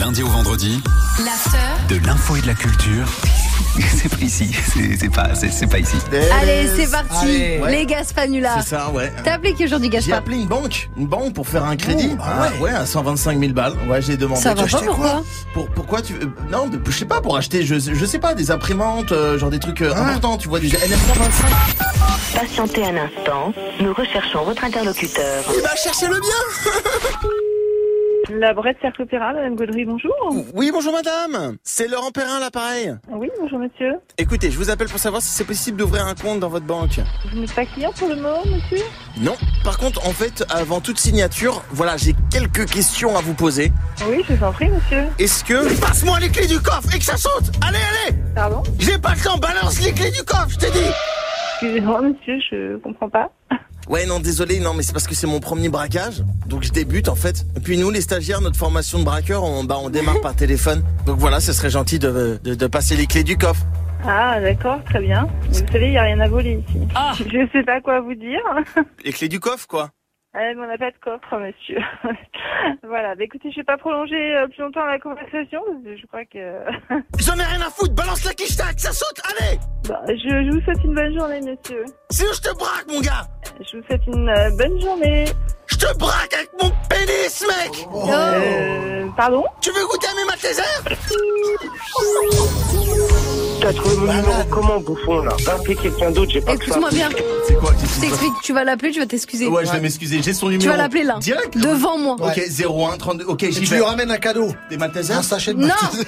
lundi au vendredi, L'after. de l'info et de la culture. C'est pas ici, c'est c'est pas, c'est- c'est pas ici. Allez, c'est parti. Allez. Ouais. Les Gaspanulas. C'est ça, ouais. T'as appelé qui aujourd'hui, J'ai Gaspar appelé une banque, une banque pour faire un crédit. ah Oh, ouais. à 125 000 balles. Ouais, j'ai demandé. Ça va Tu veux pas, acheter pourquoi quoi pour, Pourquoi tu veux- euh, Non, je sais pas. Pour acheter, je, je sais pas, des imprimantes, euh, genre des trucs euh, importants. Tu vois, du NF125. Patientez un instant, nous recherchons votre interlocuteur. Eh bah, cherchez le bien. La Brette Cercle Opéra, Madame Gaudry, bonjour. Oui, bonjour madame. C'est Laurent Perrin, l'appareil. Ah Oui, bonjour monsieur. Écoutez, je vous appelle pour savoir si c'est possible d'ouvrir un compte dans votre banque. Vous n'êtes pas client pour le moment, monsieur Non. Par contre, en fait, avant toute signature, voilà, j'ai quelques questions à vous poser. Ah Oui, je vous en prie, monsieur. Est-ce que passe-moi les clés du coffre et que ça saute. Allez, allez. Pardon J'ai pas le temps. Balance les clés du coffre, je t'ai dit. Excusez-moi, monsieur, je comprends pas. Ouais, non, désolé, non, mais c'est parce que c'est mon premier braquage. Donc je débute en fait. Et puis nous, les stagiaires, notre formation de braqueur, on, bah, on démarre par téléphone. Donc voilà, ce serait gentil de, de, de passer les clés du coffre. Ah, d'accord, très bien. Vous savez, il n'y a rien à voler ici. Je sais pas quoi vous dire. Les clés du coffre, quoi. Euh, mais on n'a pas de coffre, monsieur. voilà, bah, écoutez, je vais pas prolonger euh, plus longtemps la conversation. parce que Je crois que... J'en ai rien à foutre, balance la quiche tac, ça saute, allez Bon, je, bah, je vous souhaite une bonne journée, monsieur. Sinon je te braque, mon gars Je vous souhaite une euh, bonne journée. Je te braque avec mon pénis, mec Oh, Oh, Euh, pardon Tu veux goûter à mes matésers T'as trouvé mon numéro comment, bouffon, là Va appeler quelqu'un d'autre, j'ai pas que ça. Écoute-moi bien. C'est quoi Je t'explique. Tu vas l'appeler, tu vas t'excuser. Ouais, je vais m'excuser, j'ai son Tu numéro. vas l'appeler là. Direct Devant moi. Ouais. Ok, 01, 32, ok, Et j'y tu vais. lui ramènes un cadeau. Des matésers Un sachet de Non, malt-